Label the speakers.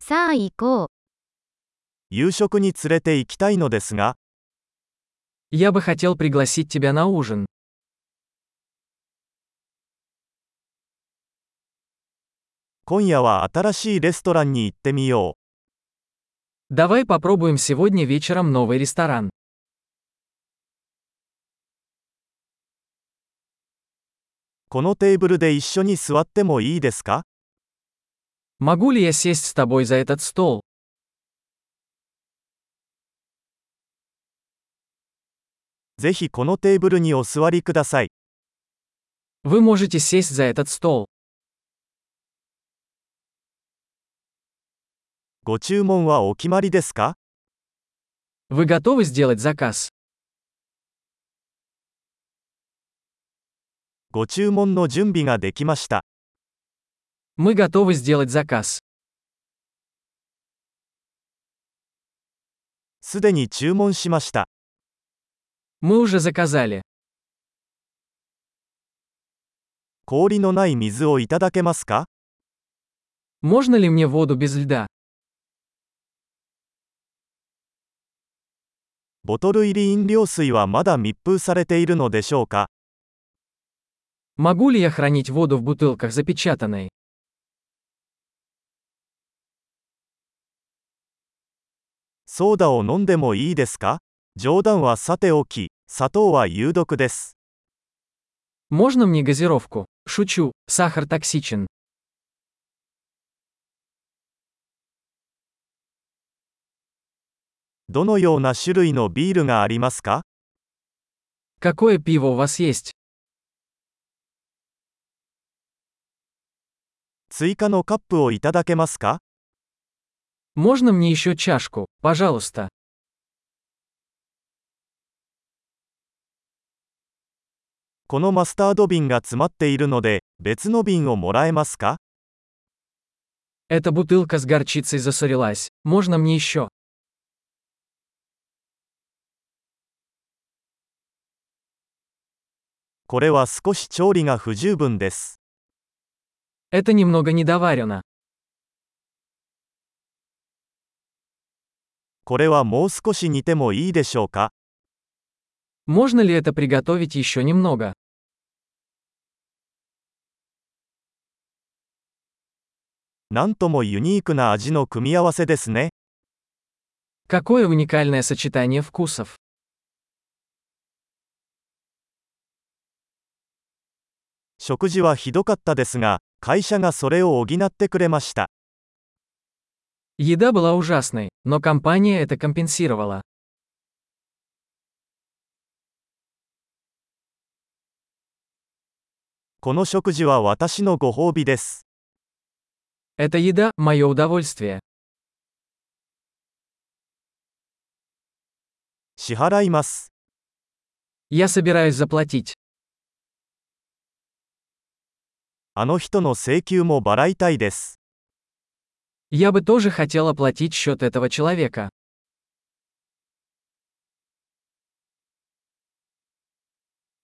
Speaker 1: さあ行こう。
Speaker 2: 夕食に連れて行きたいのですが、
Speaker 3: Я бы хотел пригласить тебя на ужин.
Speaker 2: 今夜は新しいレストランに行ってみよ
Speaker 3: Давай попробуем сегодня вечером новый ресторан.
Speaker 2: う。このテーブルで一緒に座ってもいいですか
Speaker 3: Могу ли я сесть с тобой за этот стол?
Speaker 2: ぜひこのテーブルにお座りください。
Speaker 3: Вы можете сесть за этот стол.
Speaker 2: ご注文はお決まりですか
Speaker 3: Вы готовы сделать заказ?
Speaker 2: ご注文の準備ができました。
Speaker 3: Мы готовы сделать заказ.
Speaker 2: すでに注文しました。
Speaker 3: Мы уже заказали.
Speaker 2: 氷のない水をいただけますか
Speaker 3: Можно ли мне воду без льда?
Speaker 2: ボトル入り飲料水はまだ密封されているのでしょうか
Speaker 3: Могу ли я хранить воду в бутылках запечатанной?
Speaker 2: ソーダを飲んでもいいですか冗談はさておき、砂糖は有毒です。
Speaker 3: Можно мне газировку? Шучу, сахар токсичен.
Speaker 2: どのような種類のビールがありますか
Speaker 3: Какое пиво у вас есть?
Speaker 2: 追加のカップをいただけますか
Speaker 3: Можно мне еще чашку, пожалуйста?
Speaker 2: このマスタード瓶が詰まっているので、別の瓶をもらえますか
Speaker 3: Эта бутылка с горчицей засорилась. Можно мне еще?
Speaker 2: これは少し調理が不十分です。
Speaker 3: Это немного недоварено.
Speaker 2: これはもう少し煮てもいいでしょうか
Speaker 3: Можно ли это приготовить еще немного?
Speaker 2: なんともユニークな味の組み合わせですね。
Speaker 3: Какое уникальное сочетание вкусов.
Speaker 2: 食事はひどかったですが、会社がそれを補ってくれました。
Speaker 3: Еда была ужасной, но компания это компенсировала.
Speaker 2: この食事は私のご褒美です。
Speaker 3: Эта еда – мое удовольствие.
Speaker 2: 支払います。
Speaker 3: Я собираюсь заплатить.
Speaker 2: あの人の請求も払いたいです。
Speaker 3: Я бы тоже хотел оплатить счет этого человека.